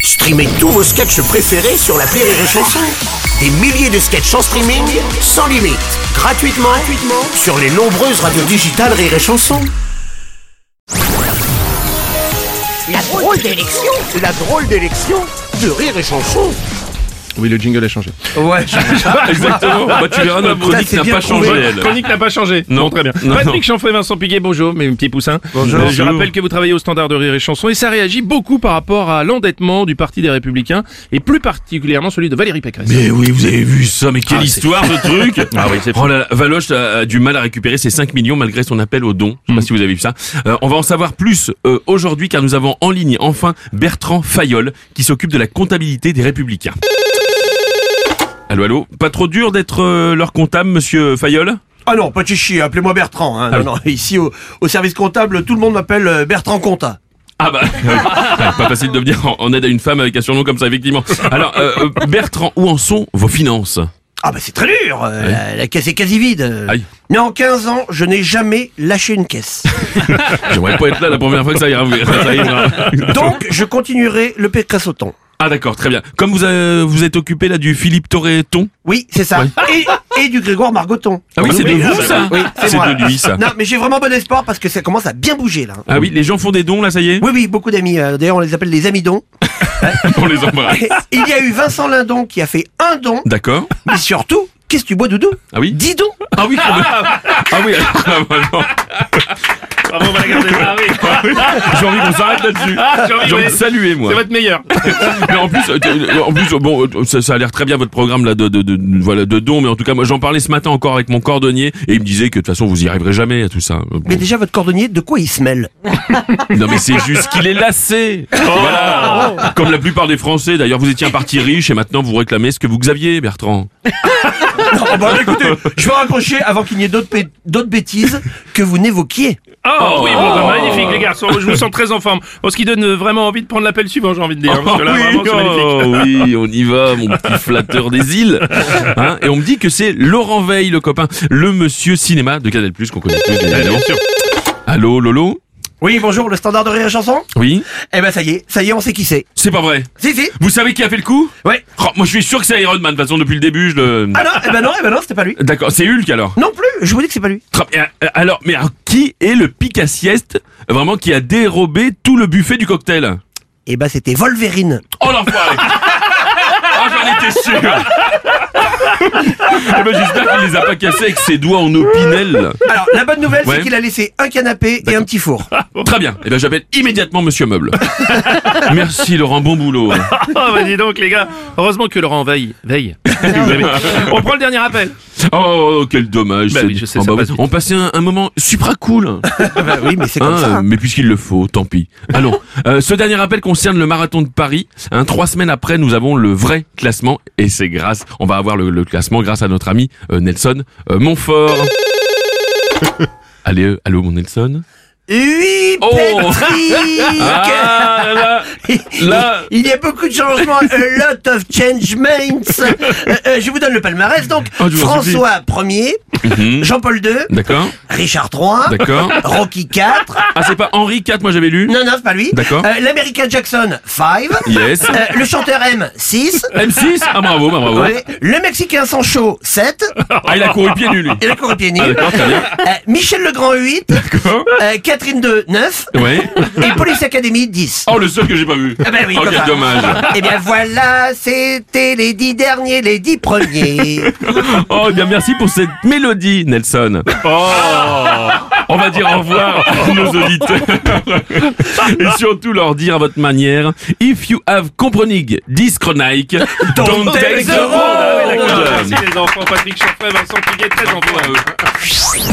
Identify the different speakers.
Speaker 1: Streamez tous vos sketchs préférés sur la Rire et Chanson. Des milliers de sketchs en streaming, sans limite, gratuitement, gratuitement sur les nombreuses radios digitales Rire et Chanson. La drôle d'élection, la drôle d'élection de Rire et Chanson.
Speaker 2: Oui, le jingle a changé.
Speaker 3: Ouais, Ah,
Speaker 4: Exactement. Bah, tu verras, notre chronique
Speaker 3: c'est
Speaker 4: n'a
Speaker 3: bien
Speaker 4: pas
Speaker 3: trouvé.
Speaker 4: changé, elle.
Speaker 3: Chronique n'a pas changé. Bon,
Speaker 4: Non.
Speaker 3: très bien.
Speaker 4: Non,
Speaker 3: Patrick
Speaker 4: non.
Speaker 3: Chanfray, Vincent Piguet, bonjour, mes petits poussins.
Speaker 4: Bonjour.
Speaker 3: Euh, je
Speaker 4: Bonjour.
Speaker 3: rappelle que vous travaillez au standard de rire et chanson et ça réagit beaucoup par rapport à l'endettement du Parti des Républicains et plus particulièrement celui de Valérie Pécresse.
Speaker 4: Mais Eh oui, vous avez vu ça, mais quelle
Speaker 3: Ah, c'est-
Speaker 4: histoire ce truc
Speaker 3: Ah oui, c'est fou.
Speaker 4: Oh là là, Valoche a, a du mal à récupérer ses 5 millions malgré son appel aux dons. Je sais pas si vous avez vu ça. Euh, on va en savoir plus euh, aujourd'hui car nous avons en ligne enfin Bertrand Fayol qui s'occupe de la comptabilité des Républicains. Allô, allô Pas trop dur d'être euh, leur comptable, monsieur Fayol
Speaker 5: Ah non, pas de chichi, appelez-moi Bertrand. hein.
Speaker 4: Ah
Speaker 5: Non, non, ici, au, au service comptable, tout le monde m'appelle euh, Bertrand Compta.
Speaker 4: Ah bah, oui. Ouais, pas facile de venir en, en aide à une femme avec un surnom comme ça, effectivement. Alors, euh, euh, Bertrand, où en sont vos finances
Speaker 5: Ah bah c'est très dur, euh, la, la caisse est quasi vide. euh.
Speaker 4: Aïe.
Speaker 5: Mais en 15 ans, je n'ai jamais lâché une caisse.
Speaker 4: J'aimerais pas être là la première fois que ça ira. vous- ça arrivera.
Speaker 5: Donc, je continuerai le pécassoton.
Speaker 4: Ah d'accord, très bien. Comme vous euh, vous êtes occupé là du Philippe Torreton
Speaker 5: Oui, c'est ça. Et, et du Grégoire Margoton.
Speaker 4: Ah oui, c'est de
Speaker 5: oui,
Speaker 4: vous
Speaker 5: ça,
Speaker 4: ça
Speaker 5: oui, c'est
Speaker 4: Ah, C'est
Speaker 5: moi.
Speaker 4: de lui ça.
Speaker 5: Non, mais j'ai vraiment bon espoir parce que ça commence à bien bouger là.
Speaker 4: Ah oui, les gens font des dons là, ça y est
Speaker 5: Oui, oui, beaucoup d'amis. euh, D'ailleurs, on les appelle les amidons.
Speaker 4: On les embrasse.
Speaker 5: Il y a eu Vincent Lindon qui a fait un don,
Speaker 4: D'accord.
Speaker 5: mais surtout, qu'est-ce que tu bois, Doudou
Speaker 4: Ah oui
Speaker 5: Dis donc
Speaker 4: Ah oui quand même. Ah oui ah, vraiment.
Speaker 3: Bravo, Valérie Pécresse. Ah oui,
Speaker 4: J'ai envie qu'on s'arrête là-dessus.
Speaker 5: Ah,
Speaker 3: j'ai envie,
Speaker 4: J'ai envie
Speaker 3: mais
Speaker 4: de saluer moi.
Speaker 3: C'est votre meilleur.
Speaker 4: Mais en plus, euh, euh, en plus, euh, bon, euh, ça, ça a l'air très bien votre programme là de, de, de, de- voilà de dons, mais en tout cas, moi j'en parlais ce matin encore avec mon cordonnier et il me disait que de toute façon vous y arriverez jamais à tout ça. Euh, bon.
Speaker 5: Mais déjà, votre cordonnier, de quoi il se mêle
Speaker 4: Non mais c'est juste qu'il est lassé. Voilà. Comme la plupart des Français. D'ailleurs, vous étiez un parti riche et maintenant vous réclamez ce que vous aviez, Bertrand.
Speaker 5: Ah bah écoutez, je vais raccrocher avant qu'il n'y ait d'autres bé- d'autres bêtises que vous n'évoquiez.
Speaker 3: Oh, oui, bon,
Speaker 4: Oh.
Speaker 3: bah, magnifique les garçons, je vous sens très en forme. Bon, ce qui donne euh, vraiment envie de prendre l'appel suivant, j'ai envie de dire. hein, parce que là, vraiment, c'est magnifique.
Speaker 4: oh oui, on y va, mon petit flatteur des îles. Hein, et on me dit que c'est Laurent Veil, le copain, le monsieur cinéma de Canal qu'on connaît tous. évidemment. Allô, Lolo
Speaker 5: Oui, bonjour, le standard de rire et chanson
Speaker 4: Oui
Speaker 5: Eh ben ça y est, ça y est, on sait qui c'est.
Speaker 4: C'est pas vrai.
Speaker 5: Si, si
Speaker 4: Vous savez qui a fait le coup
Speaker 5: Ouais.
Speaker 4: Oh, Moi, je suis sûr que c'est Iron Man. De toute façon, depuis le début, je le...
Speaker 5: Ah non, eh ben non, eh ben non, c'était pas lui.
Speaker 4: D'accord, c'est Hulk alors.
Speaker 5: Non plus, je vous dis que c'est pas lui.
Speaker 4: Tra- euh, Alors, mais alors, qui est le pic à sieste vraiment qui a dérobé tout le buffet du cocktail
Speaker 5: Eh ben c'était Wolverine.
Speaker 4: Oh l'enfoiré Ah j'en étais sûr Eh ben j'espère qu'il les a pas cassés avec ses doigts en opinel.
Speaker 5: Alors, la bonne nouvelle,
Speaker 4: Ouais.
Speaker 5: c'est qu'il a laissé un canapé et un petit four.
Speaker 4: Très bien. Eh ben j'appelle immédiatement Monsieur Meuble. Merci Laurent, bon boulot.
Speaker 3: Oh, bah dis donc les gars, heureusement que Laurent veille. veille. On prend le dernier appel.
Speaker 4: Oh quel dommage.
Speaker 3: Bah
Speaker 4: c'est-
Speaker 3: oui, je sais,
Speaker 4: Oh,
Speaker 3: ça
Speaker 4: bah
Speaker 3: passe
Speaker 4: oui.
Speaker 3: vite.
Speaker 4: On passait un, un moment supra cool.
Speaker 5: bah oui, mais c'est comme
Speaker 4: Hein,
Speaker 5: ça.
Speaker 4: euh,
Speaker 5: hein.
Speaker 4: Mais puisqu'il le faut, tant pis. Allons. Euh, ce dernier appel concerne le marathon de Paris. Hein, trois semaines après, nous avons le vrai classement et c'est grâce. On va avoir le, le classement grâce à notre ami euh, Nelson euh, Montfort. Allez, euh, allô mon Nelson.
Speaker 5: Oui,
Speaker 4: Oh.
Speaker 5: Patrick
Speaker 4: Ah là là. Là.
Speaker 5: Il y a beaucoup de changements, a lot of changements. Euh, euh, je vous donne le palmarès donc.
Speaker 4: Oh, je vous en
Speaker 5: François 1er,
Speaker 4: Mhm.
Speaker 5: Jean-Paul II,
Speaker 4: D'accord,
Speaker 5: Richard III,
Speaker 4: d'accord.
Speaker 5: Rocky 4,
Speaker 4: Ah c'est pas Henri IV, moi j'avais lu.
Speaker 5: non, non, c'est pas lui.
Speaker 4: D'accord.
Speaker 5: Euh, L'Américain Jackson, 5.
Speaker 4: Yes.
Speaker 5: le chanteur M, 6.
Speaker 4: M6 Ah bravo, bah, bravo.
Speaker 5: Le Mexicain Sancho, 7.
Speaker 4: Ah il a couru pieds nus lui.
Speaker 5: Et la cour pieds nus.
Speaker 4: Ah d'accord, très bien.
Speaker 5: Euh, Michel Legrand, 8.
Speaker 4: D'accord.
Speaker 5: Euh, Catherine 2, 9.
Speaker 4: Ouais.
Speaker 5: Et Police Academy, 10.
Speaker 4: Oh le seul que j'ai pas vu.
Speaker 5: Ah bah oui,
Speaker 4: oh
Speaker 5: comme
Speaker 4: quel
Speaker 5: ça.
Speaker 4: dommage.
Speaker 5: Eh bien voilà, c'était les 10 derniers, les 10 premiers.
Speaker 4: Oh, eh bien, merci pour cette mélodie, Nelson. Oh, on va dire au revoir à nos auditeurs. Et surtout leur dire à votre manière, if you have comprenig this chronic, don't, take the road.
Speaker 3: Merci les enfants, Patrick Chanfray, Vincent Piguet, très en forme.
Speaker 4: Bravo à eux.